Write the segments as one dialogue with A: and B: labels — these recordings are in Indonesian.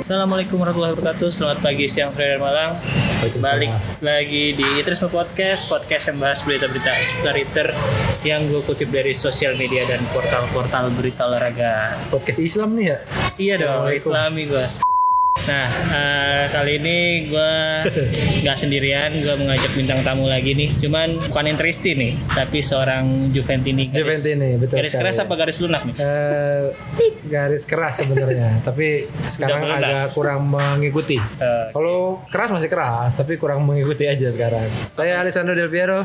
A: Assalamualaikum warahmatullahi wabarakatuh. Selamat pagi, siang, sore, dan malam.
B: Waalaikumsalam.
A: Balik lagi di Trisma Podcast, podcast yang bahas berita-berita ekspediter yang gue kutip dari sosial media dan portal-portal berita olahraga.
B: Podcast Islam nih ya?
A: Iya dong,
B: Assalamualaikum.
A: Islami gue. Nah, eh, kali ini gue nggak sendirian, gue mengajak bintang tamu lagi nih. Cuman bukan Intristi nih, tapi seorang Juventini. Garis-
B: Juventini, betul
A: Garis
B: sekali.
A: keras apa garis lunak nih?
B: Eh, garis keras sebenarnya, tapi sekarang
A: Udah meledak.
B: agak kurang mengikuti.
A: Eh,
B: Kalau keras masih keras, tapi kurang mengikuti aja sekarang. Saya Alessandro Del Piero.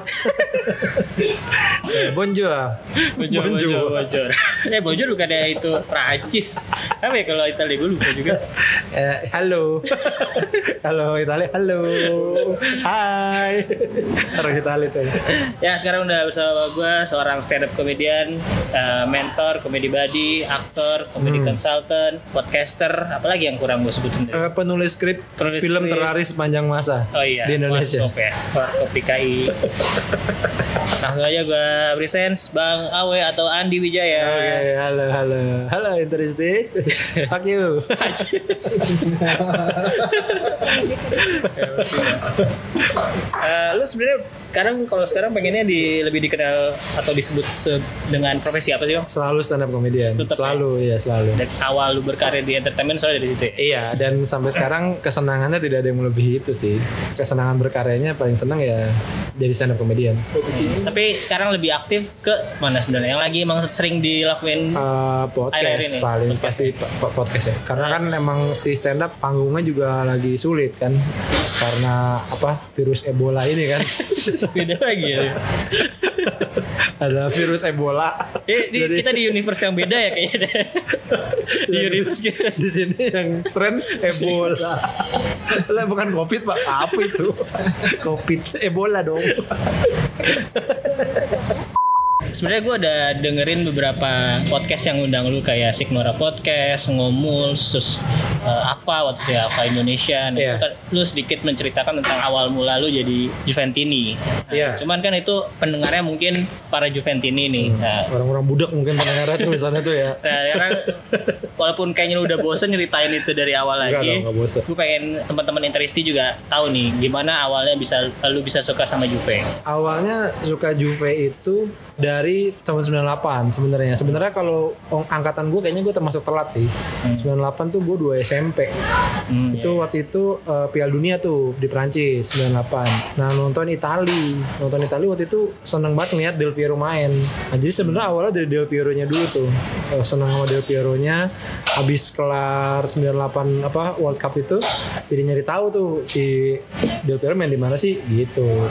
B: Eh, Bonjour.
A: Bojor, bojor, bojor. Eh bojor bukan ada itu Prancis. Apa ya kalau Italia gue lupa juga.
B: Eh, halo. halo Italia. Halo. Hai. Orang Italia tuh.
A: Ya sekarang udah bersama gue seorang stand up comedian, eh, mentor, komedi buddy, aktor, komedi consultant, podcaster, apalagi yang kurang gue sebutin. tadi?
B: Eh, penulis skrip
A: Penulis
B: film
A: skrip.
B: teraris sepanjang masa
A: Oh iya,
B: di Indonesia.
A: Warkop ya, Warkop PKI. Langsung aja gue presents Bang Awe atau Andi Wijaya.
B: Oke, halo, halo, halo, interesting. Fuck you.
A: Eh, lu sebenarnya sekarang kalau sekarang pengennya di lebih dikenal atau disebut se- dengan profesi apa sih bang?
B: selalu stand up comedian,
A: Tetep ya?
B: selalu, iya selalu.
A: Dan awal lu berkarir di entertainment soalnya dari situ ya?
B: Iya, dan sampai sekarang kesenangannya tidak ada yang melebihi itu sih. Kesenangan berkaryanya paling seneng ya jadi stand up comedian.
A: Tapi sekarang lebih aktif ke mana sebenarnya? Yang lagi emang sering dilakuin
B: Eh,
A: Akhir-akhir
B: podcast
A: ini,
B: paling
A: podcast.
B: pasti po- po- podcast ya. Karena kan emang si stand up panggungnya juga lagi sulit kan, karena apa virus Ebola ini kan.
A: beda lagi ya.
B: ada virus Ebola.
A: Eh, di-
B: Jadi-
A: kita di universe yang beda ya kayaknya. deh. di universe gitu. kita.
B: di sini yang tren Ebola. Lah bukan Covid Pak, apa itu? Covid Ebola dong.
A: Sebenarnya gue ada dengerin beberapa podcast yang undang lu kayak Signora Podcast, Ngomul, sus eh, Ava waktu itu ya, Ava Indonesia. Nah,
B: Iya.
A: itu kan lu sedikit menceritakan tentang awal mula lu jadi Juventini. Nah,
B: Iya.
A: Cuman kan itu pendengarnya mungkin para Juventini nih.
B: Hmm.
A: Nah,
B: Orang-orang budak mungkin pendengarnya tuh di sana tuh
A: Nah,
B: ya.
A: sekarang walaupun kayaknya lu udah bosen nyeritain itu dari awal
B: Enggak
A: lagi,
B: dong, enggak bosen.
A: gue pengen teman-teman interisti juga tahu nih gimana awalnya bisa lu bisa suka sama Juve.
B: Awalnya suka Juve itu dari tahun 98 sebenarnya. Sebenarnya kalau ong- angkatan gue kayaknya gue termasuk telat sih. 98 tuh gue 2 SMP.
A: Hmm,
B: itu waktu itu eh, Piala Dunia tuh di Prancis 98. Nah nonton Itali, nonton Itali waktu itu seneng banget ngeliat Del Piero main. Nah, jadi sebenarnya awalnya dari Del Piero-nya dulu tuh Eh, seneng sama Del Piero-nya. Abis kelar 98 apa World Cup itu, jadi nyari tahu tuh si Del Piero main di mana sih gitu.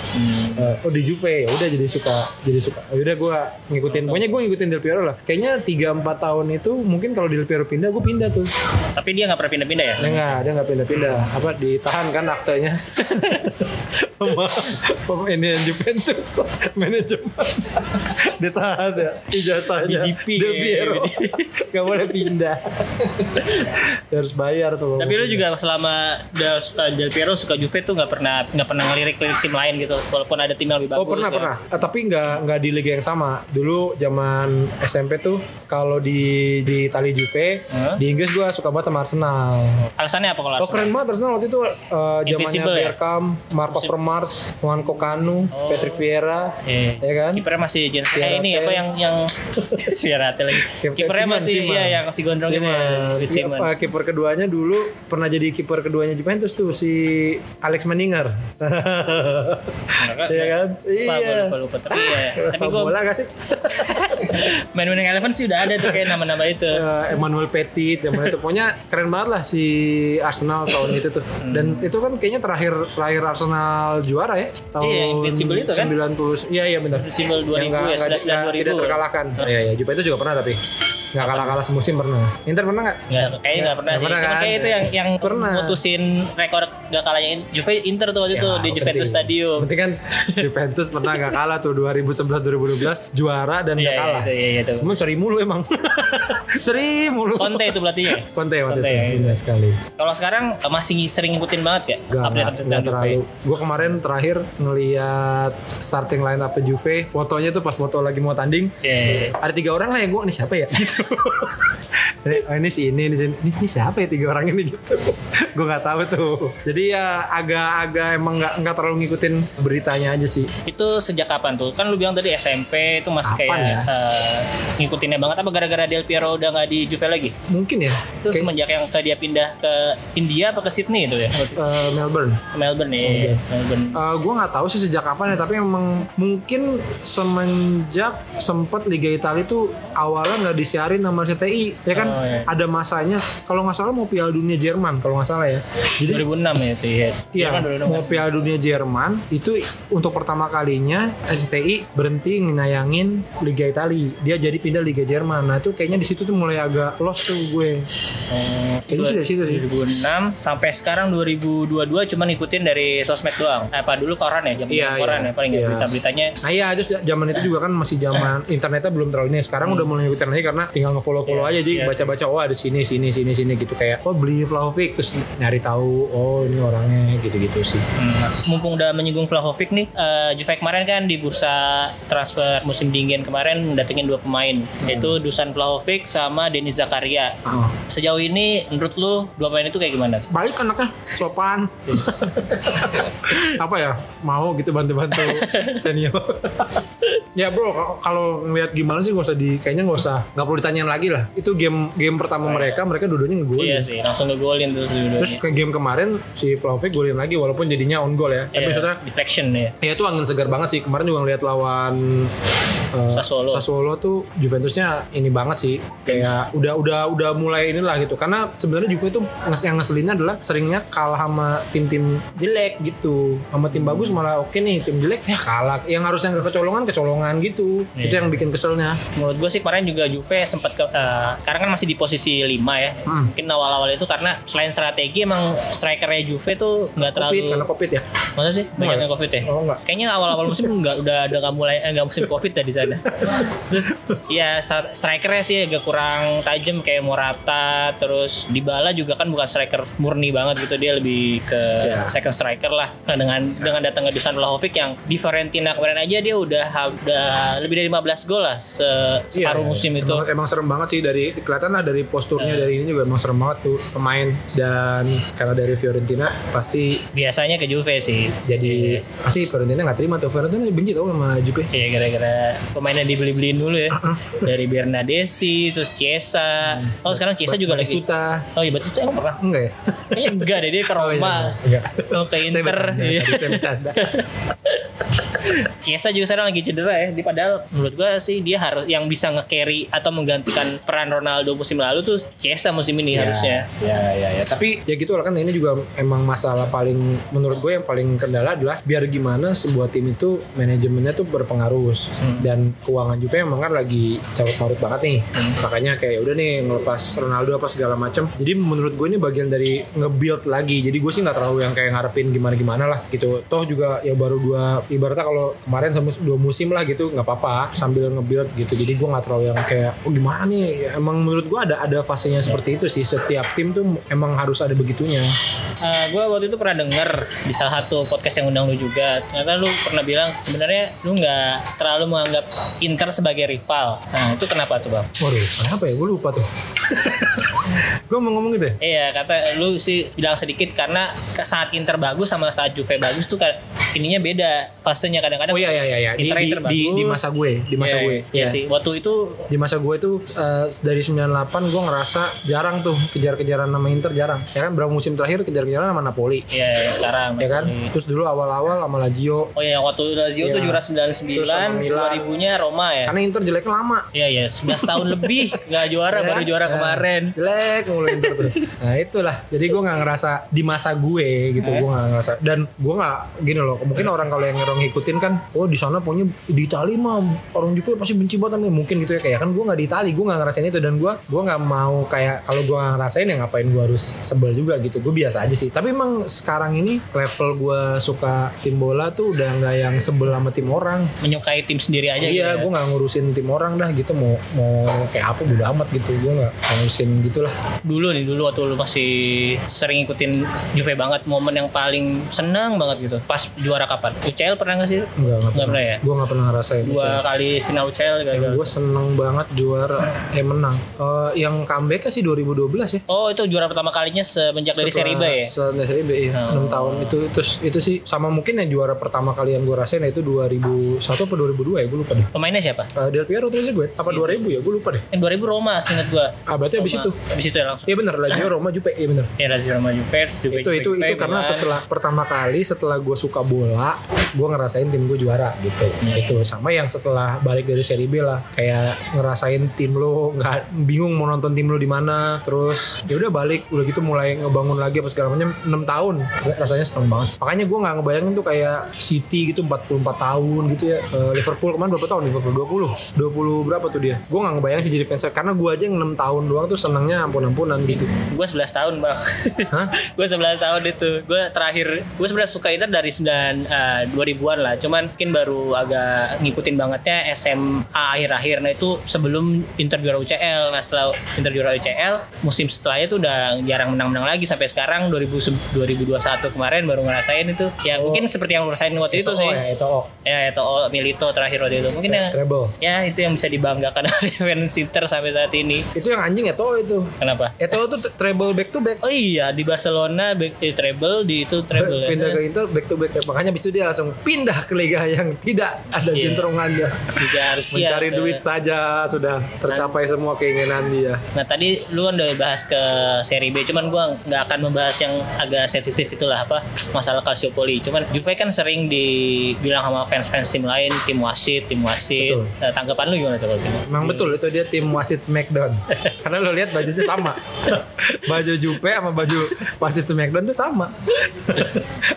B: Eh, oh di Juve, ya udah jadi suka, jadi suka. Ya Udah gue ngikutin, pokoknya gue ngikutin Del Piero lah. Kayaknya 3-4 tahun itu mungkin kalau Del Piero pindah, gue pindah tuh.
A: ya. Tapi dia nggak pernah pindah-pindah ya?
B: Dia nggak, dia nggak pindah-pindah. Apa ditahan kan aktenya? Sama sama ini yang Juventus manajemen ditahan ya ijazahnya.
A: BDP,
B: Del Piero
A: BDP.
B: nggak boleh pindah. Dia harus bayar tuh.
A: Tapi lu juga selama Del, eh, Del Piero suka Juve tuh nggak pernah nggak pernah ngelirik-lirik tim lain gitu, walaupun ada tim yang lebih bagus.
B: Oh pernah
A: ya.
B: pernah, Eh, tapi nggak nggak di liga yang sama. Dulu zaman SMP tuh kalau di di Itali Juve,
A: Hah?
B: di Inggris gua suka banget sama Arsenal.
A: Alasannya apa kalau
B: Oh
A: Arsenal?
B: keren banget Arsenal waktu itu eh, zamannya
A: Invincible ya? Oh.
B: Bergkamp, Marco Vermars, Juanco Kanu, Patrick Vieira,
A: Iya.
B: ya kan?
A: Kipernya masih Jens eh, ini
B: Vierate.
A: apa yang yang Vierate lagi.
B: Kip-
A: Kipernya
B: Siman,
A: masih
B: Siman.
A: iya yang masih gondrong gitu.
B: Siman.
A: ya, Fitz
B: Iya,
A: Simmons.
B: eh, kiper keduanya dulu pernah jadi kiper keduanya Juventus tuh si Alex Menninger. Iya kan?
A: Lupa,
B: Iya.
A: lupa, lupa. Tapi ya. Tapi
B: Tapi
A: gue
B: bola gak sih?
A: main-main Eleven sih udah ada tuh kayak nama-nama itu.
B: Eh, Emmanuel Petit zaman itu pokoknya keren banget lah si Arsenal tahun itu tuh.
A: Hmm.
B: Dan itu kan kayaknya terakhir terakhir Arsenal juara ya tahun
A: Iya, Invincible itu kan?
B: 90. Iya iya benar.
A: Simbol 2000
B: nggak-
A: ya,
B: nggak-
A: 11 dan
B: nggak-
A: 2000.
B: tidak terkalahkan. Iya iya, Juve itu juga pernah tapi nggak kalah-kalah semusim pernah. Inter pernah nggak?
A: Nggak, kayaknya nggak pernah
B: Nggak
A: sih.
B: pernah
A: Cuma
B: kan?
A: kayak itu yang yang
B: Pernah. Ya,
A: mutusin rekor gak kalahnya In- Juve Inter tuh waktu itu di
B: penting.
A: Juventus Stadium.
B: Penting kan Juventus pernah nggak kalah tuh 2011 2012 juara dan
A: Iya,
B: nggak
A: iya,
B: kalah.
A: itu, iya, iya, itu.
B: Cuman seri mulu emang. seri mulu.
A: Conte itu pelatihnya.
B: Conte waktu
A: Conte,
B: itu.
A: iya,
B: Benar sekali.
A: Kalau sekarang eh, masih sering ngikutin banget ya
B: Gak,
A: update-update
B: gak
A: tentang Juve.
B: terlalu. Gue kemarin terakhir ngeliat starting line up Juve, fotonya tuh pas foto lagi mau tanding,
A: Iya, iya, iya.
B: ada tiga orang lah yang gue nih siapa ya gitu. Ini, oh, ini si ini, ini, si ini, ini siapa ya tiga orang ini gitu. gue nggak tahu tuh. Jadi ya agak-agak emang nggak nggak terlalu ngikutin beritanya aja sih.
A: Itu sejak kapan tuh? Kan lu bilang tadi SMP itu masih
B: Kapan
A: kayak
B: ya?
A: eh, ngikutinnya banget apa gara-gara Del Piero udah nggak di Juve lagi?
B: Mungkin ya.
A: Itu
B: Kayak,
A: semenjak yang ke dia pindah ke India apa ke Sydney itu ya?
B: eh, Melbourne.
A: Ke Melbourne ya. Melbourne.
B: Eh, gue nggak tahu sih sejak kapan ya tapi emang mungkin semenjak sempet Liga Italia tuh awalnya nggak disiarin sama RCTI ya kan
A: Oh, iya.
B: ada masanya kalau nggak salah mau Piala Dunia Jerman kalau nggak salah ya jadi
A: 2006 ya itu ya.
B: Iya,
A: Jerman 2006
B: mau
A: kan?
B: Piala Dunia Jerman itu untuk pertama kalinya SCTI berhenti ngenayangin Liga Italia. Dia jadi pindah Liga Jerman. Nah, itu kayaknya di situ tuh mulai agak lost tuh gue.
A: Oh,
B: Kayaknya sih dari situ sih.
A: 2006 sampai sekarang 2022 cuman ngikutin dari sosmed doang. Apa dulu koran ya? Jam
B: Iya,
A: koran
B: iya.
A: ya paling nggak
B: Iya.
A: berita-beritanya
B: Nah iya, terus zaman itu juga kan masih zaman internetnya belum terlalu ini. Sekarang udah mulai ngikutin lagi karena tinggal nge-follow-follow
A: Hmm. Iya,
B: aja. Jadi
A: iya
B: baca-baca, oh ada sini, sini, sini, sini gitu. Kayak, oh beli Vlahovic. Terus nyari tahu, oh ini orangnya gitu-gitu sih.
A: Hmm. Mumpung udah menyinggung Vlahovic nih, eh, Juve kemarin kan di bursa transfer musim dingin kemarin mendatangin dua pemain,
B: Hmm.
A: yaitu Dusan Vlahovic sama Denis Zakaria.
B: Oh.
A: Sejauh ini menurut lu dua pemain itu kayak gimana?
B: Baik anaknya, sopan. Apa ya, mau gitu bantu-bantu senior. ya bro, kalau- kalau ngeliat gimana sih gak usah di, kayaknya gak usah, gak perlu ditanyain lagi lah. Itu game game pertama mereka, mereka dua-duanya ngegolin.
A: Iya sih, langsung ngegolin terus
B: Terus
A: dulu.
B: ke game kemarin si Vlahovic golin lagi walaupun jadinya on goal ya.
A: Iya,
B: Tapi saudara
A: deflection ya.
B: Ya itu angin segar banget sih kemarin juga ngeliat lawan eh,
A: Sassuolo.
B: tuh Juventusnya ini banget sih kayak udah udah udah mulai inilah gitu karena sebenarnya Juve tuh nges yang ngeselinnya adalah seringnya kalah sama tim-tim jelek gitu sama
A: Hmm.
B: tim bagus malah oke nih tim jelek ya kalah yang harusnya nggak kecolongan kecolongan gitu
A: Iya.
B: itu yang bikin keselnya
A: Menurut gue sih kemarin juga Juve sempat ke eh, sekarang kan masih di posisi 5 ya.
B: Hmm.
A: Mungkin awal-awal itu karena selain strategi emang strikernya Juve tuh nggak terlalu
B: covid karena covid ya
A: Masa sih banyak yang covid ya?
B: Oh, enggak.
A: Kayaknya awal-awal musim enggak udah udah enggak mulai eh, enggak musim covid dah di sana. Terus ya stra- strikernya sih agak kurang tajam kayak Morata, terus Dybala juga kan bukan striker murni banget gitu dia lebih ke
B: Ya.
A: second striker lah. Nah, dengan dengan datangnya Dusan Vlahovic yang di Fiorentina kemarin aja dia udah udah lebih dari 15 gol lah se- separuh
B: Iya,
A: musim
B: emang-
A: itu. Eh.
B: emang, serem banget sih dari kelihatan lah dari posturnya dari ini juga emang serem banget tuh pemain dan karena dari Fiorentina pasti
A: Biasanya ke Juve sih.
B: jadi pasti Fiorentina nggak terima tuh Fiorentina benci tau sama Juve
A: Iya gara-gara pemainnya dibeli-beliin dulu ya. Dari Bernadesi, terus Chiesa.
B: Hmm.
A: Oh sekarang Chiesa juga lagi.
B: Batistuta
A: Oh iya Batista emang pernah?
B: enggak ya
A: Kayaknya enggak deh dia ke
B: Oh, iya,
A: Roma.
B: enggak.
A: Oh, ke
B: Saya
A: Inter.
B: bercanda,
A: Iya.
B: tadi saya bercanda.
A: Chiesa juga sekarang lagi cedera ya. Di padahal menurut gua sih dia harus yang bisa nge-carry atau menggantikan peran Ronaldo musim lalu tuh Chiesa musim ini harusnya.
B: ya ya ya tapi ya gitu lah kan ini juga emang masalah paling menurut gue yang paling kendala adalah biar gimana sebuah tim itu manajemennya tuh berpengaruh dan keuangan Juve emang kan lagi carut marut banget nih makanya kayak ya udah nih ngelepas Ronaldo apa segala macam jadi menurut gue ini bagian dari nge-build lagi jadi gue sih nggak terlalu yang kayak ngarepin gimana gimana lah gitu toh juga ya baru gue ibaratnya kalau kemarin sama dua musim lah gitu nggak apa-apa sambil nge-build gitu jadi gue nggak terlalu yang kayak oh gimana nih Ya, emang menurut gue ada ada fasenya seperti itu sih setiap tim tuh emang harus ada begitunya
A: Eh, gue waktu itu pernah denger di salah satu podcast yang undang lu juga ternyata lu pernah bilang sebenarnya lu nggak terlalu menganggap Inter sebagai rival nah itu kenapa tuh bang?
B: waduh kenapa ya gue lupa tuh gue mau ngomong gitu ya
A: Iya kata lu sih bilang sedikit karena saat Inter bagus sama saat Juve bagus tuh kan ininya beda fasenya kadang-kadang
B: oh iya iya iya, iya. Di,
A: Inter-
B: di,
A: Inter
B: di,
A: bagus.
B: di masa gue di masa
A: Iya,
B: gue
A: Iya sih. Waktu itu
B: di masa gue itu eh, dari 98 gue ngerasa jarang tuh kejar-kejaran sama Inter jarang ya kan berapa musim terakhir kejar-kejaran sama Napoli
A: ya yang sekarang.
B: ya kan
A: Iya.
B: terus dulu awal-awal sama Lazio
A: Oh iya, waktu Lazio
B: Iya. Kan-
A: tuh juara
B: Terus sama
A: 99,
B: Milan.
A: 2000-nya Roma ya.
B: karena Inter jeleknya lama
A: Iya iya, 11 tahun lebih nggak juara
B: Ya
A: Iya, baru
B: kan?
A: juara
B: Ya.
A: kemarin.
B: jelek mulu Inter terus nah itulah jadi gue nggak ngerasa di masa gue gitu
A: Iya.
B: gue nggak ngerasa dan gue nggak gini loh mungkin orang kalau yang orang ngikutin kan oh di sana punya di Itali mah orang Jepang pasti benci banget sama mungkin gitu ya kayak kan gue nggak di Itali gue nggak ngerasain itu dan gue gue nggak mau kayak kalau gue nggak ngerasain ya ngapain gue harus sebel juga gitu gue biasa aja sih tapi emang sekarang ini level gue suka tim bola tuh udah nggak yang sebel sama tim orang
A: Menyukai tim sendiri aja gitu. ya.
B: iya, gue nggak ngurusin tim orang dah gitu mau mau kayak apa bodo amat gitu gue nggak musim gitulah
A: dulu nih dulu waktu lu masih sering ikutin Juve banget momen yang paling seneng banget gitu pas juara kapan UCL pernah nggak sih
B: nggak nggak
A: Nggak
B: pernah,
A: pernah ya?
B: gue nggak pernah ngerasain
A: dua
B: itu.
A: kali final UCL gagal
B: gue seneng banget juara eh menang Eh, yang comeback sih 2012 ya
A: oh itu juara pertama kalinya semenjak dari seri B ya
B: Setelah dari seri B ya,
A: Oh.
B: 6 tahun itu terus itu sih sama mungkin yang juara pertama kali yang gue rasain itu 2001 atau 2002 ya gue lupa deh.
A: pemainnya siapa
B: Eh, Del Piero terus gue apa 2000 ya gue lupa deh.
A: Eh 2000 Roma seinget gua
B: Ah berarti abis itu.
A: habis itu ya langsung
B: Iya bener Lazio Roma Juve iya bener.
A: ya Lazio Roma Juve Juve
B: Itu itu
A: Juve,
B: itu karena
A: Milan.
B: setelah pertama kali setelah gue suka bola, gue ngerasain tim gue juara gitu.
A: Iya.
B: Itu sama yang setelah balik dari seri B lah kayak ngerasain tim lo nggak bingung mau nonton tim lo di mana. Terus ya udah balik udah gitu mulai ngebangun lagi apa segala macam 6 tahun. Rasanya seneng banget. sih. Makanya gue nggak ngebayangin tuh kayak City gitu 44 tahun gitu ya. Eh, Liverpool kemarin berapa tahun Liverpool 20. 20 berapa tuh dia? Gue nggak ngebayangin sih jadi fans karena gue aja yang 6 tahun doang tuh senangnya ampun-ampunan gitu.
A: Gue 11 tahun bang
B: Hah?
A: Gue 11 tahun itu Gue terakhir Gue sebenarnya suka Inter dari 9, eh, 2000-an lah Cuman mungkin baru agak ngikutin bangetnya SMA akhir-akhir Nah itu sebelum Inter juara UCL Nah setelah Inter juara UCL Musim setelahnya tuh udah jarang menang-menang lagi Sampai sekarang 2000, 2021 kemarin baru ngerasain itu Ya mungkin seperti yang lu rasain waktu itu, sih
B: Oh, ya, Oh. itu oh.
A: Ya itu Milito terakhir waktu itu Mungkin ya,
B: Treble.
A: ya itu yang bisa dibanggakan oleh fans Inter sampai saat ini
B: Itu yang anjing Eto'o itu.
A: Kenapa?
B: Eto'o tuh t- treble back to back.
A: Oh iya di Barcelona back eh, treble di itu treble ya.
B: Pindah ke Inter back to back. Makanya abis itu dia langsung pindah ke liga yang tidak ada
A: Iya.
B: jenterongannya.
A: Juga harus siap,
B: Mencari
A: ya.
B: duit saja sudah tercapai semua keinginan dia.
A: Nah tadi lu kan udah bahas ke seri B, cuman gua nggak akan membahas yang agak sensitif itulah apa masalah Calciopoli. Cuman Juve kan sering dibilang sama fans-fans tim lain, tim wasit, tim wasit.
B: Betul.
A: Nah, tanggapan lu gimana tuh kalau tim?
B: Emang betul itu dia tim wasit Smackdown. Karena lo lihat bajunya sama. baju Jupe sama baju wasit Smackdown tuh sama.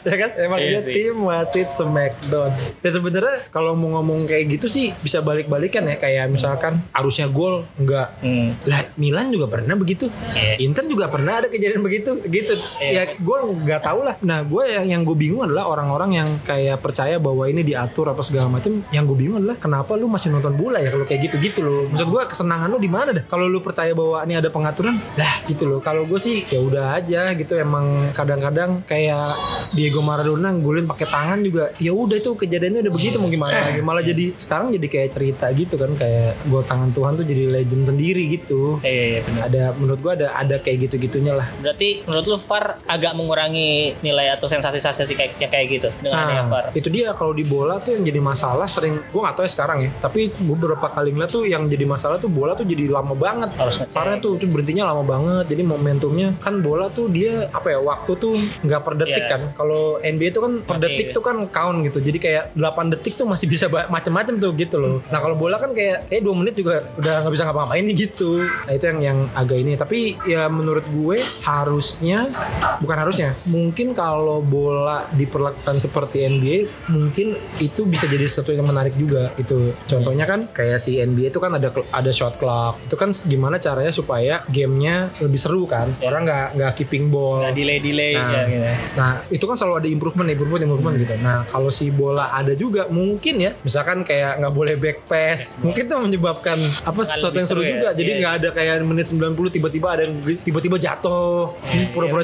B: ya kan? Emang
A: Iya
B: dia
A: sih.
B: tim wasit Smackdown. Ya sebenarnya kalau mau ngomong kayak gitu sih bisa balik-balikan ya kayak misalkan harusnya gol enggak
A: Hmm.
B: lah Milan juga pernah begitu
A: Iya.
B: Inter juga pernah ada kejadian begitu gitu
A: Iya.
B: ya gue nggak tahu lah nah gue yang yang gue bingung adalah orang-orang yang kayak percaya bahwa ini diatur apa segala macam yang gue bingung adalah kenapa lu masih nonton bola ya kalau kayak gitu gitu loh maksud gue kesenangan lu di mana dah kalau lu percaya bahwa ini ada pengaturan lah gitu loh kalau gue sih ya udah aja gitu emang kadang-kadang kayak Diego Maradona golin pakai tangan juga ya udah itu kejadiannya udah begitu mau gimana lagi malah jadi sekarang jadi kayak cerita gitu kan kayak gol tangan Tuhan tuh jadi legend sendiri gitu
A: Iya iya benar.
B: ada menurut gua ada ada kayak gitu-gitunya lah
A: Berarti menurut lu VAR agak mengurangi nilai atau sensasi-sensasi kayak yang kayak gitu dengan adanya VAR.
B: Nah, itu dia kalau di bola tuh yang jadi masalah sering gue nggak tahu ya sekarang ya. Tapi gue beberapa kali ngeliat tuh yang jadi masalah tuh bola tuh jadi lama banget.
A: Harus ngecek.
B: Karena tuh tuh berhentinya lama banget. Jadi momentumnya kan bola tuh dia apa ya waktu tuh nggak per detik
A: Iya.
B: kan. Kalau NBA tuh kan per
A: Mati,
B: detik
A: iya.
B: tuh kan count gitu. Jadi kayak 8 detik tuh masih bisa ba- macem-macem tuh gitu loh. Nah kalau bola kan kayak kayak 2 menit juga udah nggak bisa ngapa-ngapain nih gitu. Nah itu yang yang agak ini. Tapi ya menurut gue harusnya bukan harusnya mungkin kalau bola diperlakukan seperti NBA mungkin itu bisa jadi sesuatu yang menarik juga gitu. Contohnya kan kayak si NBA itu kan ada cl- ada shot clock. Itu kan gimana caranya supaya gamenya lebih seru kan. Orang nggak nggak keeping ball.
A: Nggak delay-delay
B: Nah.
A: ya gitu.
B: Nah, itu kan selalu ada improvement, improvement, improvement gitu. Nah, kalau si bola ada juga mungkin ya, misalkan kayak nggak boleh back pass, mungkin tuh menyebabkan apa
A: Iya.
B: sesuatu
A: lebih
B: yang
A: seru
B: seru
A: ya.
B: juga. Jadi
A: Iya,
B: nggak ada kayak menit 90 tiba-tiba ada yang tiba-tiba jatuh, pura-pura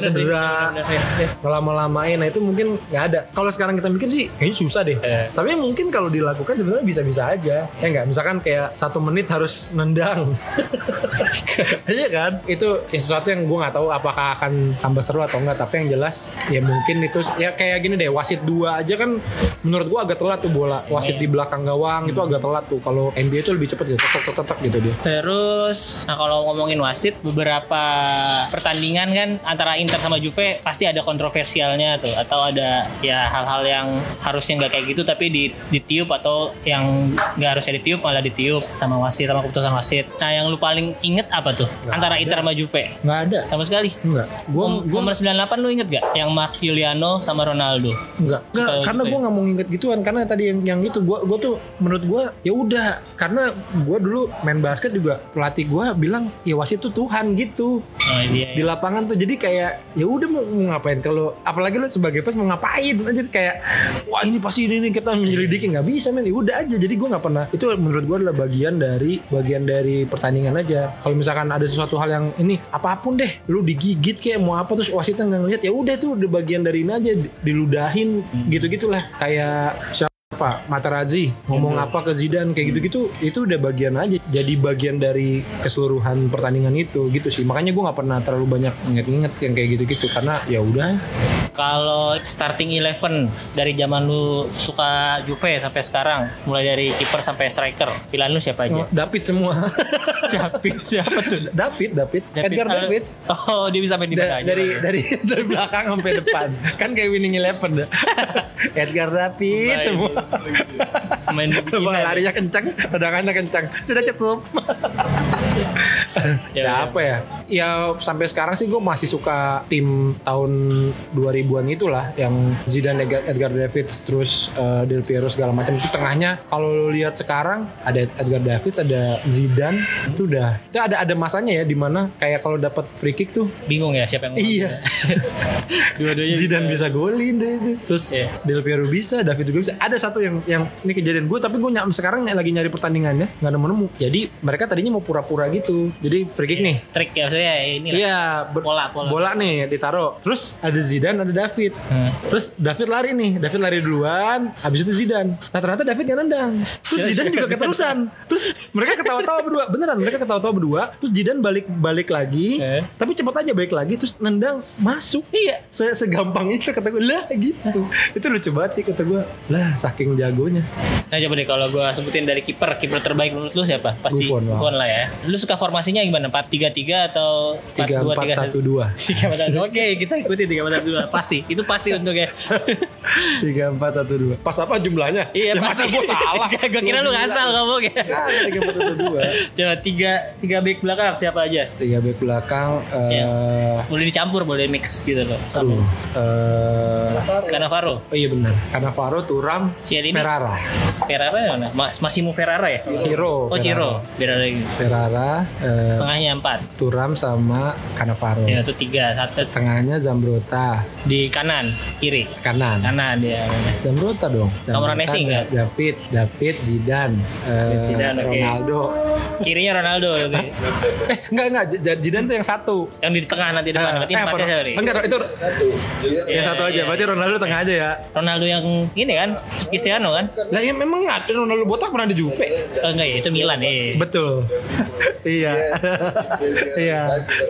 A: Iya, bener sih,
B: cedera
A: bener, bener, bener.
B: ngelama-lamain nah itu mungkin nggak ada kalau sekarang kita mikir sih kayaknya susah deh
A: Iya.
B: tapi mungkin kalau dilakukan sebenarnya bisa-bisa aja ya nggak misalkan kayak satu menit harus nendang iya kan itu ya sesuatu yang gue nggak tahu apakah akan tambah seru atau enggak tapi yang jelas ya mungkin itu ya kayak gini deh wasit dua aja kan menurut gue agak telat tuh bola wasit di belakang gawang itu agak telat tuh kalau NBA itu lebih cepet gitu tok tok tok tok gitu dia
A: Terus, nah kalau ngomongin wasit, beberapa pertandingan kan antara Inter sama Juve pasti ada kontroversialnya tuh, atau ada ya hal-hal yang harusnya nggak kayak gitu tapi di- ditiup atau yang nggak harusnya ditiup malah ditiup sama wasit sama keputusan wasit. Nah yang lu paling inget apa tuh
B: Nggak
A: antara
B: ada.
A: Inter sama Juve?
B: nggak ada
A: Sama sekali.
B: Enggak, gue
A: Nom- nomor 98 lu inget gak? Yang Mark Giuliano sama Ronaldo.
B: Enggak, enggak
A: Kalau
B: karena
A: gitu
B: gue
A: ya.
B: nggak mau nginget gituan karena tadi yang yang itu gue gue tuh menurut gue ya udah karena gue dulu main basket juga pelatih gue bilang ya wasit tuh Tuhan gitu
A: Oh, iya,
B: di
A: iya.
B: lapangan tuh jadi kayak ya udah mau, mau ngapain kalau apalagi lu sebagai fans mau ngapain aja kayak wah ini pasti ini, ini kita menyelidiki nggak bisa men ya udah aja jadi gue nggak pernah itu menurut gue adalah bagian dari bagian dari pertandingan aja kalau misalkan ada sesuatu hal yang ini apapun deh lu digigit kayak mau apa terus wasitnya nggak ngeliat ya udah itu udah bagian dari ini aja diludahin
A: Hmm.
B: gitu gitulah kayak siapa Materazzi ngomong apa ke Zidane kayak gitu-gitu itu udah bagian aja jadi bagian dari keseluruhan pertandingan itu gitu sih makanya gue nggak pernah terlalu banyak inget-inget yang kayak gitu-gitu karena ya udah
A: Kalau starting eleven dari zaman lu suka Juve sampai sekarang, mulai dari kiper sampai striker, pilihan lu siapa aja?
B: David semua
A: Capit Oh. siapa tuh?
B: David David, Edgar
A: Al-
B: David
A: Oh, dia bisa main di mana
B: Da-
A: aja.
B: dari
A: Bang, ya?
B: dari dari belakang sampai depan kan kayak winning eleven dah. Edgar David
A: Main-
B: semua
A: main di bikinan.
B: Bang larinya kencang, tendangannya kencang. Sudah cukup.
A: Ya,
B: Siapa ya? Ya sampai sekarang sih gue masih suka tim tahun 2000-an itulah yang Zidane, Edgar- Edgar Davids, terus eh, Del Piero segala macam itu tengahnya. Kalau lo lihat sekarang ada Edgar Davids, ada Zidane, itu udah itu ada ada masanya ya di mana kayak kalau dapat free kick tuh
A: Bingung ya siapa yang
B: Iya.
A: Dua-duanya
B: Zidane bisa golin deh itu. Terus
A: Iya.
B: Del Piero bisa, David juga bisa. Ada satu yang yang ini kejadian gue tapi gue nyam sekarang lagi nyari pertandingannya nggak nemu nemu. Jadi mereka tadinya mau pura-pura gitu. Jadi free kick nih.
A: trik ya maksudnya ini lah.
B: Iya, ber-
A: Bola, bola.
B: nih ditaruh. Terus ada Zidane, ada David.
A: Hmm.
B: Terus David lari nih, David lari duluan, habis itu Zidane. Nah ternyata David nggak nendang. Terus Zidane juga keterusan. Terus mereka ketawa-tawa berdua, beneran mereka ketawa-tawa berdua. Terus Zidane balik balik lagi,
A: Eh.
B: tapi cepet aja balik lagi. Terus nendang masuk. Iya, se- segampang itu kata gue lah gitu. itu lucu banget sih kata gue lah saking jagonya.
A: Nah coba deh kalau gue sebutin dari kiper, kiper terbaik menurut lu siapa? Pasti
B: Buffon
A: Buffon,
B: lah.
A: lah ya. Lu suka formasinya gimana? 4-3-3 atau
B: Tiga empat satu
A: 4-2-3-1?
B: dua.
A: 3 Oke, kita ikuti 3 4 1 Pasti. Itu pasti untungnya.
B: Tiga empat satu dua. Pas apa jumlahnya?
A: Iya,
B: Ya, masa
A: pasti.
B: gue salah.
A: gue kira lu ngasal ngomong ya.
B: Iya, tiga empat satu dua.
A: Coba tiga tiga back belakang siapa aja?
B: tiga back belakang eh
A: Iya. Boleh dicampur, boleh mix gitu loh.
B: aduh,
A: Sama
B: eh,
A: Cannavaro.
B: oh iya benar Cannavaro Turam
A: Chiellini.
B: Ferrara
A: Ferrara ya mana? Mas Massimo Ferrara ya?
B: Ciro,
A: Oh, Ciro. Beda lagi.
B: Ferrara eh,
A: Tengahnya 4.
B: Turam sama Cannavaro
A: Ya, itu 3. Satu
B: tengahnya Zambrota
A: di kanan, kiri.
B: kanan
A: Kanan dia.
B: Zambrota dong Zambrota,
A: Messi nggak?
B: David David Zidane eh,
A: Zidane, oke.
B: Ronaldo
A: Kirinya Ronaldo. gitu.
B: eh enggak enggak J- Zidane tuh yang satu
A: Yang di tengah nanti depan.
B: Eh,
A: Berarti
B: eh,
A: empatnya
B: apa?
A: siapa nih?
B: enggak itu
C: Satu. Dia
A: Iya,
B: yang satu aja
A: iya.
B: berarti Ronaldo tengah aja ya
A: Ronaldo yang ini kan, Cristiano kan?
B: lah ya memang nggak ada Ronaldo botak pernah di Juve
A: Oh, enggak ya, itu Milan ya.
B: Betul. iya. Iya.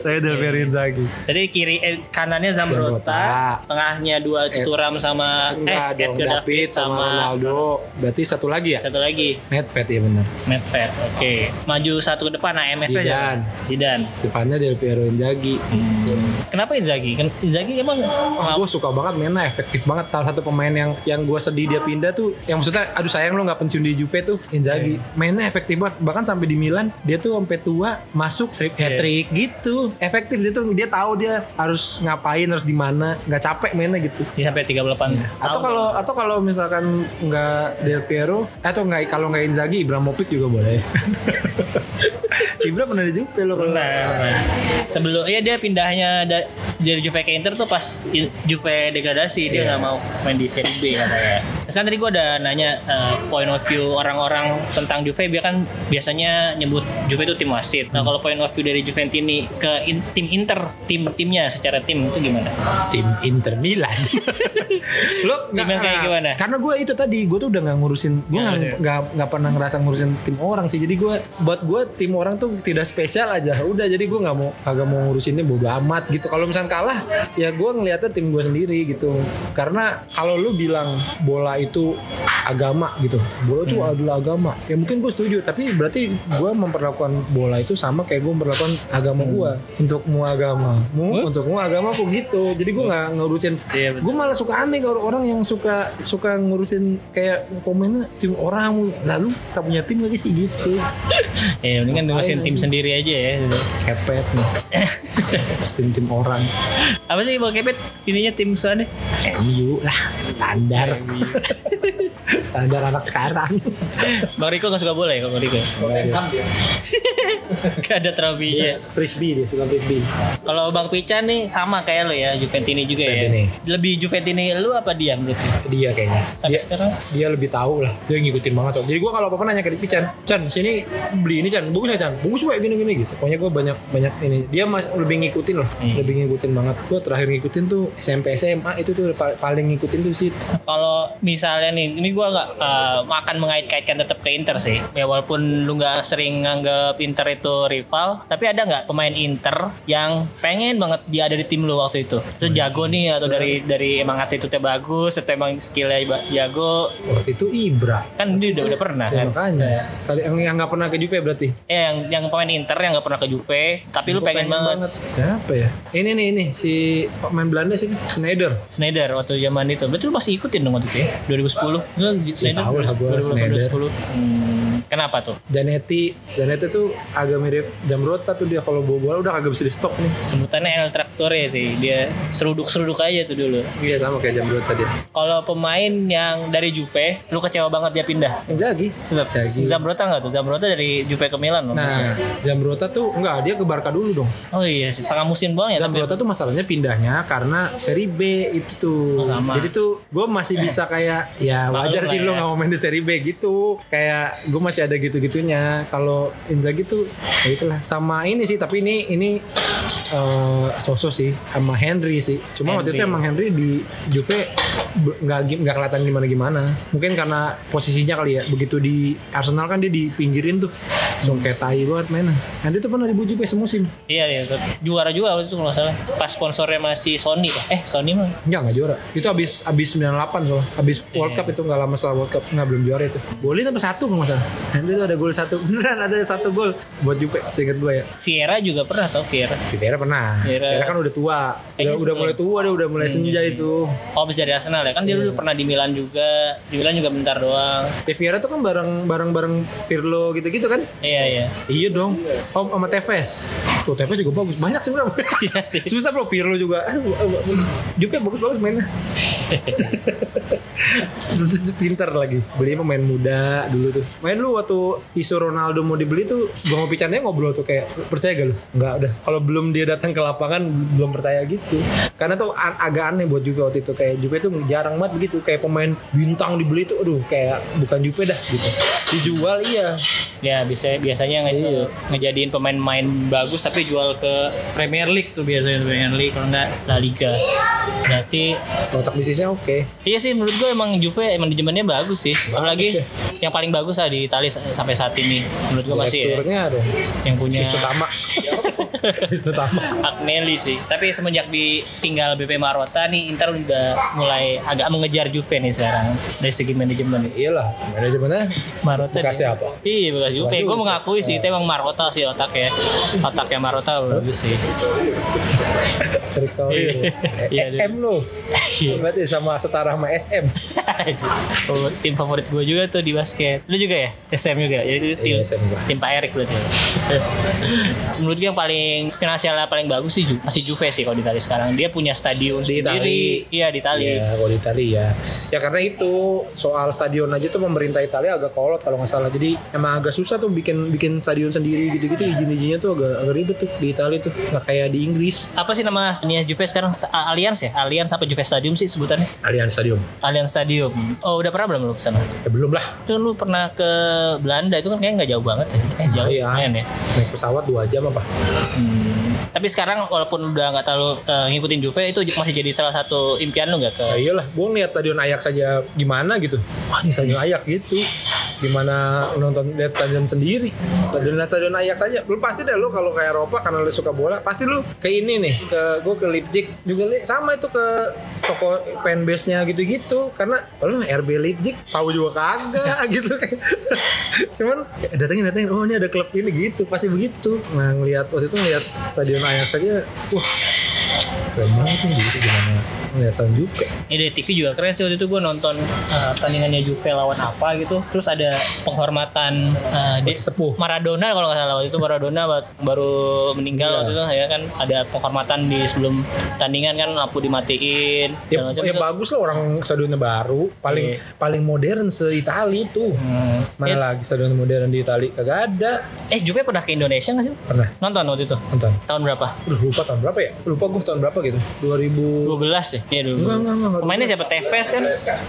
B: Saya Del Piero Inzaghi.
A: Jadi kiri eh, kanannya Zambrota,
B: Zambrota.
A: tengahnya dua Turam sama
B: Enggak
A: eh
B: Eh, dong,
A: Edgar
B: David sama Ronaldo. Berarti satu lagi ya?
A: satu lagi
B: Nedved ya benar.
A: Medved. Oke, maju satu ke depan AMF
B: Zidane.
A: aja. Zidane.
B: Depannya Del Piero Inzaghi.
A: Kenapa Inzaghi? Ken- Inzaghi emang
B: Wah, gue suka banget mainnya efektif banget. Salah satu pemain yang yang gue sedih dia pindah tuh, yang maksudnya aduh sayang lo nggak pensiun di Juve tuh, Inzaghi. Mainnya efektif banget. Bahkan sampai di Milan dia tuh sampai tua masuk trip hat trick gitu. Efektif dia tuh dia tahu dia harus ngapain harus di mana, nggak capek mainnya gitu.
A: dia sampai 38
B: atau
A: tahun.
B: kalau atau kalau misalkan nggak Del Piero eh, atau nggak kalau nggak Inzaghi Ibrahimovic juga boleh Ibra pernah di Juve lo kalau
A: Nah, nah. sebelum ya dia pindahnya da- dari Juve ke Inter tuh pas I- Juve degradasi dia nggak mau main di Serie B katanya. Terus kan tadi gue udah nanya eh, point of view orang-orang tentang Juve dia kan biasanya nyebut Juve itu tim wasit. Nah kalau point of view dari Juventini ke in- tim Inter tim timnya secara tim itu gimana?
B: tim Inter Milan lo nggak
A: Timnya kayak
B: nggak-
A: gimana?
B: karena gue itu tadi gue tuh udah nggak ngurusin gue
A: Nggak
B: nggak
A: ngurusin.
B: nggak nggak pernah ngerasa ngurusin tim orang sih jadi gue buat gue tim orang tuh tidak spesial aja udah jadi gue nggak mau agak mau ngurusinnya bodo amat gitu kalau misalnya kalah ya gue ngeliatnya tim gue sendiri gitu karena kalau lu bilang bola itu agama gitu bola itu
A: Hmm.
B: adalah agama ya mungkin gue setuju tapi berarti gue memperlakukan bola itu sama kayak gue memperlakukan agama gue
A: Hmm.
B: untukmu agamamu untukmu agamaku gitu jadi gue nggak ngurusin
A: Iya, betul.
B: gue malah suka aneh kalau orang yang suka suka ngurusin kayak komennya tim orang lalu gak punya tim lagi sih gitu
A: Ya mendingan ngurusin
B: Ngapain
A: tim
B: aja?
A: sendiri aja ya.
B: kepet nih tim tim orang
A: Apa sih Bang Kepet? Ininya tim ya? soalnya?
B: MU lah standar standar anak sekarang
A: Bang Riko nggak suka bola ya kalau Bang Riko?
C: Tottenham dia.
A: Gak ada trofinya.
B: frisbee dia suka frisbee
A: Kalau Bang Pican nih sama kayak lo ya, Juventini juga
B: Juventini.
A: ya. Lebih Juventini lu apa dia menurut lu?
B: dia kayaknya
A: Sampai
B: dia,
A: sekarang?
B: dia lebih tahu lah dia ngikutin banget Cok. jadi gue kalau apa-apa nanya ke Pican Chan sini beli ini Chan bagus nggak Chan bagus gue gini gini gitu pokoknya gue banyak banyak ini dia mas, lebih ngikutin lah
A: Hmm.
B: lebih ngikutin banget gue terakhir ngikutin tuh SMP SMA itu tuh pa- paling ngikutin tuh sih
A: Kalau misalnya nih, ini gua nggak eh, akan mengait-kaitkan tetap ke Inter sih. Ya walaupun lu nggak sering nganggap Inter itu rival, tapi ada nggak pemain Inter yang pengen banget dia ada di tim lu waktu itu? Itu jago nih atau dari dari emang attitude-nya bagus atau emang skillnya ba- jago?
B: waktu itu Ibra
A: Kan dia udah, udah pernah
B: ya,
A: kan?
B: makanya kali yang yang nggak pernah ke Juve berarti
A: Eh yang yang pemain Inter yang nggak pernah ke Juve, tapi lu
B: Gua
A: pengen, banget.
B: siapa ya ini nih ini si pemain Belanda sih Schneider
A: Schneider waktu zaman itu. Betul masih ikutin dong waktu itu ya. 2010. Lu Schneider
B: Iya, tahu lah gua
A: 2008,
B: Schneider.
A: 2010. Hmm, kenapa tuh?
B: Janetti Janetti tuh agak mirip Jamrota tuh dia kalau bawa bola udah agak bisa di stop nih
A: Sebutannya El Traktore sih. Dia seruduk-seruduk aja tuh dulu.
B: iya sama kayak Jamrota dia
A: Kalau pemain yang dari Juve, lu kecewa banget dia pindah.
B: Inzaghi
A: Tetap.
B: Inzaghi.
A: Zambrota nggak tuh? Zambrota dari Juve ke Milan loh.
B: Nah, Zambrota tuh enggak dia ke Barca dulu dong.
A: Oh iya sih, setengah musim doang ya. tapi-
B: Zambrota tuh masalahnya pindahnya karena seri B itu tuh.
A: Oh, sama. Eh.
B: Jadi tuh gue masih bisa kayak ya
A: Maklum
B: wajar sih
A: lah
B: lu
A: ya.
B: nggak mau main di seri B gitu. Kayak gue masih ada gitu-gitunya. Kalau Inzaghi tuh ya itulah sama ini sih tapi ini ini eh Soso sih sama Henry sih. Cuma waktu
A: Henry.
B: itu emang Henry di Juve be- nggak gi- nggak kelihatan gimana-gimana. Mungkin karena posisinya kali ya. Begitu di Arsenal kan dia dipinggirin tuh. Langsung kayak tai banget mainnya. Henry tuh pernah dibujuk Juve semusim.
A: Iya iya, betul. juara juga waktu itu kalau nggak salah. Pas sponsornya masih Sony. Eh Sony mah.
B: Enggak, enggak juara. Itu habis habis 98 soalnya. Habis World Cup itu enggak lama setelah World Cup enggak belum juara itu. Iya. Golin sampai satu enggak masalah. Henry itu ada gol satu. Beneran ada satu gol buat Juve, seingat gue ya.
A: Vieira juga pernah tau Vieira.
B: Vieira pernah.
A: Vieira.
B: Vieira Iya, kan udah tua. Udah,
A: Kayaknya
B: udah
A: sebelum.
B: mulai tua, dia udah mulai senja itu.
A: Oh habis dari Arsenal ya kan dia
B: Iya.
A: dulu pernah di Milan juga. Di Milan juga bentar doang.
B: Ya, Vieira tuh kan bareng bareng bareng Pirlo gitu-gitu kan.
A: Iya iya.
B: Iya dong. Om sama Tevez. Tuh Tevez juga bagus. Banyak sebenarnya.
A: Iya sih.
B: Susah bro Pirlo juga. Aduh, aduh, aduh. Juve bagus-bagus mainnya. Terus pinter lagi. Beli pemain muda dulu tuh. Main lu waktu isu Ronaldo mau dibeli tuh, gue mau picannya ngobrol tuh kayak "Lu percaya gak lu? Enggak udah. Kalau belum dia datang ke lapangan belum percaya gitu. Karena tuh an- agak aneh buat Juve waktu itu kayak Juve tuh jarang banget begitu kayak pemain bintang dibeli tuh aduh kayak bukan Juve dah gitu. Dijual iya,
A: Ya biasanya biasanya nge
B: Iya.
A: ngejadiin pemain-pemain bagus tapi jual ke Premier League tuh biasanya Premier League kalau nggak La Liga. Berarti
B: otak bisnisnya oke.
A: iya sih menurut gue emang Juve emang manajemennya bagus sih. Apalagi
B: ya.
A: yang paling bagus lah di Italia sa- sampai saat ini menurut gue masih ya,
B: Direkturnya Iya. dong.
A: yang punya
B: Bis utama. Bis utama.
A: Agnelli sih. Tapi semenjak ditinggal BP Marotta nih Inter udah mulai agak mengejar Juve nih sekarang dari segi manajemen.
B: Iyalah, manajemennya
A: Marotta
B: Bekas
A: dia-
B: siapa?
A: Iya bekas Juve.
B: Juve.
A: Gue mengakui sih itu
B: Iya.
A: emang Marotta sih otaknya. Otaknya Marotta bagus sih.
B: teritori.
A: Iya,
B: Eh, SM lu.
A: Iya.
B: Berarti sama setara sama SM.
A: Favorit- tim favorit gue juga tuh di basket. Lu juga ya? SM juga. Jadi itu tim,
B: Iya, SM gua.
A: tim Pak Erik berarti. ya? Menurut gue yang paling finansialnya paling bagus sih Ju- masih Juve sih kalau di Italia sekarang. Dia punya stadion
B: Di Itali.
A: sendiri. Iya di Italia.
B: Iya, kalau di Italia ya. Ya karena itu soal stadion aja tuh pemerintah Italia agak kolot kalau nggak salah. Jadi emang agak susah tuh bikin bikin stadion sendiri gitu-gitu izin-izinnya tuh agak, agak ribet tuh di Italia tuh. Nggak kayak di Inggris.
A: Apa sih nama stadionnya Juve sekarang? Sta- Allianz ya? Allianz apa Juve Stadium sih sebutannya?
B: Allianz Stadium.
A: Allianz Stadium. Oh udah pernah belum lu kesana?
B: Ya belum lah.
A: Itu lu pernah ke Belanda itu kan kayaknya nggak jauh banget ya? Eh jauh
B: Lumayan.
A: lumayan ya. Hmm.
B: Naik pesawat dua jam apa?
A: Tapi sekarang walaupun udah nggak terlalu eh, ngikutin Juve itu j- masih jadi salah satu impian lu nggak ke?
B: Ya iyalah, gue ngeliat stadion Ayak saja gimana gitu. Wah ini stadion Ayak gitu. Gimana nonton lihat stadion sendiri. Stadion lihat stadion Ayak saja. Lu pasti deh lu kalau ke Eropa karena lu suka bola, pasti lu ke ini nih, ke gue ke Leipzig juga li- sama itu ke toko fanbase-nya gitu-gitu karena oh, lu RB Leipzig tahu juga kagak gitu kayak. Cuman ya, datengin datengin oh ini ada klub ini gitu, pasti begitu. Nah, ngelihat waktu itu ngelihat stadion Ayak saja, wah keren banget nih gitu gimana Yayasan juga.
A: Ya dari TV juga keren sih waktu itu gue nonton eh, pertandingannya Juve lawan apa gitu. Terus ada penghormatan eh, di-
B: Iya, Sepuh.
A: Maradona kalau nggak salah waktu itu Maradona ba- baru meninggal waktu itu ya kan ada penghormatan di sebelum tandingan kan lampu dimatiin
B: Ya,
A: segala macam. gitu.
B: ya
A: Itu-
B: bagus lah orang stadionnya baru, paling
A: Iya.
B: paling modern se Itali itu.
A: Hmm.
B: Mana lagi stadion modern di Itali? Kagak ada.
A: Eh Juve pernah ke Indonesia nggak sih?
B: Pernah
A: Nonton waktu itu
B: nonton.
A: tahun berapa?
B: Aduh, lupa tahun berapa ya? Lupa gue tahun berapa gitu. 2000
A: 12 ya? Iya dulu.
B: Enggak, enggak, enggak, enggak.
A: Mainnya siapa? Tevez kan?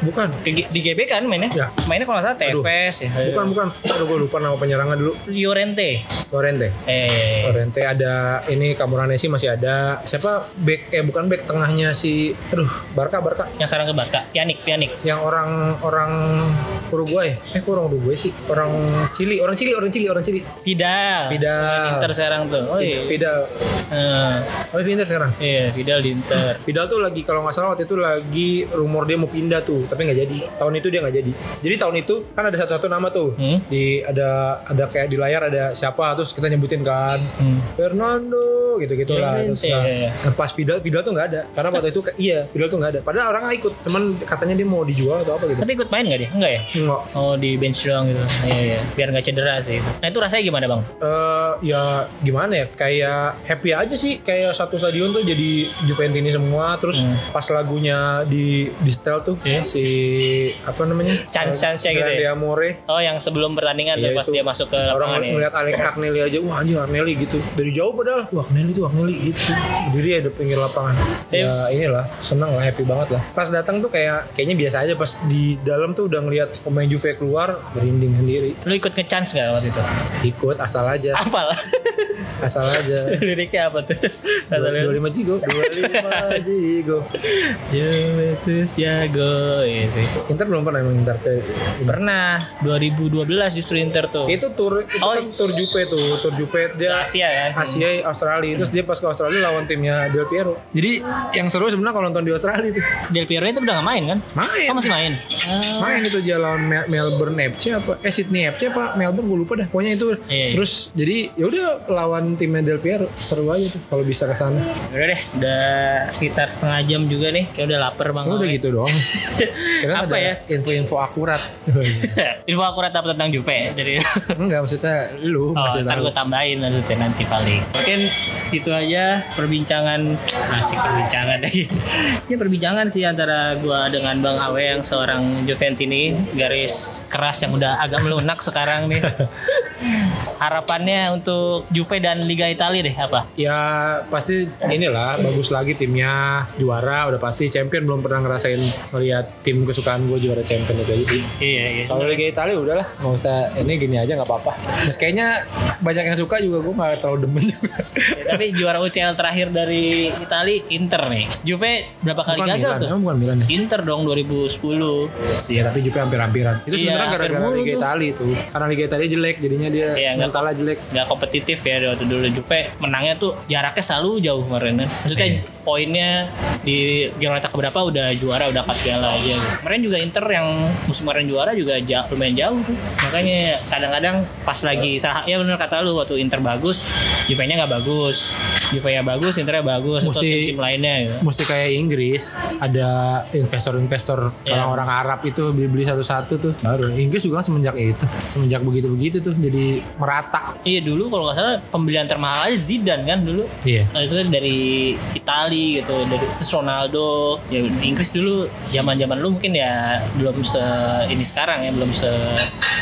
B: bukan.
A: Ke G- Di GB kan mainnya?
B: Ya.
A: Mainnya kalau nggak salah Tevez ya.
B: Bukan, bukan. Aduh, gue lupa nama penyerangnya dulu.
A: Llorente.
B: Lorente.
A: Eh.
B: Lorente ada ini Camoranesi masih ada. Siapa back eh bukan back tengahnya si aduh Barca Barca
A: Yang sekarang ke Barca. Pianik, Pianik.
B: yang orang orang Uruguay. Eh kok orang Uruguay sih? Orang Chili, orang Chili, orang Chili, orang Chili.
A: Vidal.
B: Vidal.
A: Nah, Inter sekarang tuh. Oh iya.
B: Vidal.
A: Eh,
B: Oh, pindah sekarang.
A: iya, Vidal di Inter.
B: Vidal tuh lagi kalau nggak salah waktu itu lagi rumor dia mau pindah tuh, tapi nggak jadi. Tahun itu dia nggak jadi. Jadi tahun itu kan ada satu-satu nama tuh.
A: Hmm.
B: Di ada ada kayak di layar ada siapa terus kita nyebutin kan.
A: Hmm.
B: Fernando gitu-gitu lah
A: Llorente.
B: terus
A: iya.
B: nggak- nah, pas Vidal Vidal tuh nggak ada karena waktu itu ke- iya Vidal tuh nggak ada padahal orang nggak ikut teman katanya dia mau dijual atau apa gitu
A: Tapi ikut main nggak dia? Enggak ya?
B: nggak
A: Oh di bench doang gitu. Iya, iya. Biar nggak cedera sih. itu. Nah itu rasanya gimana bang?
B: Eh, ya gimana ya kayak happy aja sih kayak satu stadion tuh jadi Juventini semua terus pas lagunya di di setel tuh
A: Hmm. Iya.
B: si apa namanya
A: Chance-chance-nya gitu ya?
B: Grande Amore
A: Oh yang sebelum pertandingan tuh
B: Iya,
A: pas
B: itu.
A: dia masuk ke
B: orang
A: lapangan ya.
B: ngeliat Alex Agnelli aja wah anjing Agnelli gitu dari jauh padahal wah Agnelli tuh Agnelli gitu berdiri ada pinggir lapangan
A: Iya.
B: ya inilah seneng lah happy banget lah pas datang tuh kayak kayaknya biasa aja pas di dalam tuh udah ngeliat pemain Juve keluar berinding sendiri
A: Lu ikut nge-chance nggak waktu itu?
B: ikut asal aja
A: Apal.
B: asal aja
A: Liriknya apa tuh? Kata lu.
B: 25 jigo 25 jigo
A: Juventus jago iya sih.
B: Inter belum pernah emang Inter kayak
A: Pernah 2012 justru Inter tuh.
B: itu tur itu
A: Oh.
B: kan tur Juve tuh tur Juve dia
A: Asia kan.
B: Asia Australia terus dia pas ke Australia lawan timnya Del Piero jadi yang seru sebenarnya kalau nonton di Australia tuh
A: Del Piero itu udah nggak main kan?
B: main Oh.
A: Kamu masih main?
B: main itu jalan Mel- Melbourne FC apa eh Sydney FC apa Melbourne gue lupa dah pokoknya itu
A: Iya, iya.
B: terus jadi yaudah lawan timnya Del Piero seru aja tuh kalau bisa ke sana
A: Udah deh, udah sekitar setengah jam juga nih. Kayak udah lapar banget.
B: udah gitu doang Kirain
A: Apa
B: ada
A: ya?
B: info-info akurat
A: Info akurat apa tentang Juve dari
B: enggak maksudnya
A: Oh,
B: lu maksudnya
A: ntar gue tambahin maksudnya nanti paling. Mungkin segitu aja perbincangan masih perbincangan lagi. Ini perbincangan sih antara gua dengan Bang Awe yang seorang Juventini garis keras yang udah agak melunak sekarang nih. Harapannya untuk Juve dan Liga Italia deh apa?
B: ya pasti inilah bagus lagi timnya juara udah pasti champion belum pernah ngerasain melihat tim kesukaan gue juara champion itu aja sih
A: Iya, iya.
B: Kalau Liga Italia udahlah, nggak usah ini gini aja nggak apa-apa. Terus kayaknya banyak yang suka juga gue nggak terlalu demen juga.
A: Tapi juara UCL terakhir dari Italia Inter nih. Juve berapa kali
B: Bukan
A: gagal
B: Milan,
A: tuh? Iya.
B: emang bukan Milan ya?
A: Inter dong 2010.
B: Iya tapi juga hampir-hampiran. Itu
A: Iya,
B: sebenarnya
A: hampir
B: gara-gara
A: mulu
B: Liga
A: tuh.
B: Italia itu. Karena Liga Italia jelek, jadinya dia
A: Iya, nggak
B: mentalnya jelek.
A: nggak kompetitif ya waktu dulu Juve menangnya tuh jaraknya selalu jauh kemarin kan. maksudnya poinnya di Giornata keberapa udah juara udah cut piala aja gitu. kemarin juga Inter yang musim kemarin juara juga ja- lumayan jauh tuh makanya kadang-kadang pas lagi sah ya bener kata lu waktu Inter bagus Juve nya nggak bagus Juve nya bagus Internya bagus atau
B: Mesti-
A: tim-tim lainnya gitu
B: Mesti kayak Inggris, ada investor-investor
A: Iya.
B: orang-orang Arab itu beli-beli satu-satu tuh. Baru Inggris juga kan semenjak itu, semenjak begitu-begitu tuh jadi merata.
A: Iya dulu kalau nggak salah pembelian termahal aja Zidane kan dulu.
B: Iya.
A: Maksudnya dari Itali gitu, dari terus Ronaldo. Ya Inggris dulu zaman-zaman lu mungkin ya belum se ini sekarang ya, belum se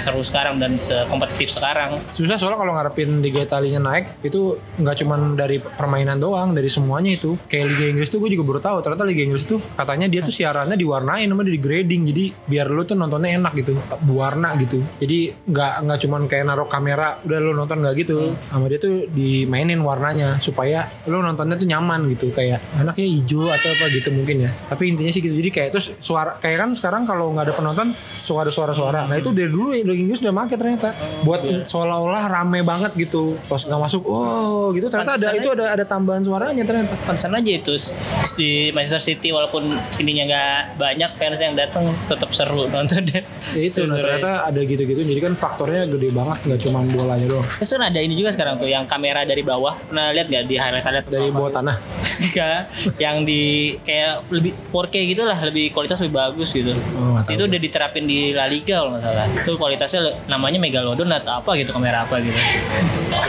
A: seru sekarang dan se kompetitif sekarang.
B: Susah soalnya kalau ngarepin Liga Italinya naik itu nggak cuman dari permainan doang, dari semuanya itu. Kayak Liga Inggris tuh gue juga baru tahu ternyata Liga Inggris tuh katanya dia tuh siarannya diwarnain namanya di grading jadi biar lu tuh nontonnya enak gitu, berwarna gitu. Jadi nggak nggak cuman kayak naruh kamera udah lu nonton nggak gitu. Sama dia tuh dimainin warnanya supaya lu nontonnya tuh nyaman gitu kayak anaknya hijau atau apa gitu mungkin ya. Tapi intinya sih gitu. Jadi kayak terus suara kayak kan sekarang kalau nggak ada penonton suka ada suara-suara. Nah itu dari dulu ya Liga Inggris udah make ternyata buat seolah-olah rame banget gitu. Pas nggak masuk, oh gitu ternyata ada
A: Pantesan
B: itu
A: aja.
B: ada ada ada tambahan suaranya ternyata.
A: concern aja itu S- di Manchester City walaupun ininya nggak banyak fans yang datang tetap seru nontonnya.
B: Ya itu, nah, ternyata ada gitu-gitu. Jadi kan faktornya gede banget, nggak cuma bolanya doang.
A: Terus kan ada ini juga sekarang tuh yang kamera dari bawah. Pernah lihat nggak di highlight highlight
B: Dari bawah tanah.
A: Enggak, yang di kayak lebih 4K gitu lah, lebih kualitas lebih bagus gitu.
B: Oh, nggak tahu.
A: itu udah diterapin di La Liga kalau nggak salah. Itu kualitasnya le- namanya Megalodon atau apa gitu kamera apa gitu.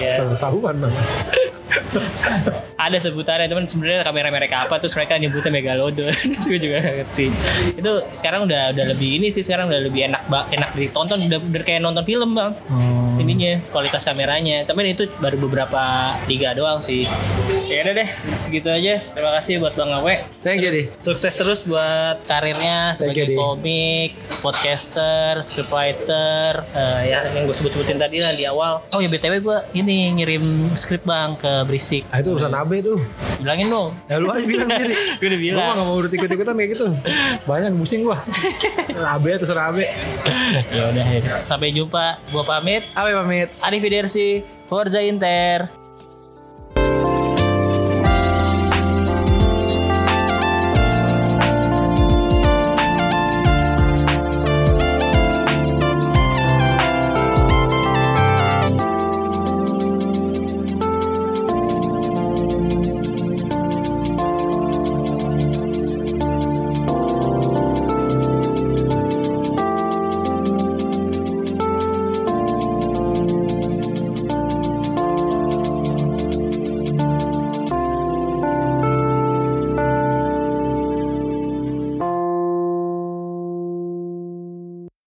A: ya,
B: Terlalu tahuan Bang.
A: ada sebutannya teman sebenarnya kamera mereka apa terus mereka nyebutnya Megalodon. Gue juga nggak ngerti. Itu sekarang udah udah lebih ini sih sekarang udah lebih enak ba- enak ditonton udah, udah kayak nonton film bang.
B: Oh.
A: Ininya kualitas kameranya, tapi itu baru beberapa liga doang sih. Ya udah deh, segitu aja. Terima kasih buat Bang Awe.
B: Thank you, Di.
A: Sukses terus buat karirnya sebagai
B: you, Di.
A: komik, podcaster, scriptwriter, eh, ya yang gue sebut-sebutin tadi lah di awal. Oh ya btw gue ini ngirim skrip bang ke Berisik.
B: Ah, itu urusan AB tuh.
A: Bilangin dong.
B: Ya lu aja bilang sendiri.
A: Gua udah bilang.
B: Gua mah nggak mau urut ikut-ikutan kayak gitu. Banyak pusing gua. AB terserah AB.
A: ya udah. ya udah. Sampai jumpa. Gue pamit.
B: AB pamit.
A: Arif Dersi, Forza Inter.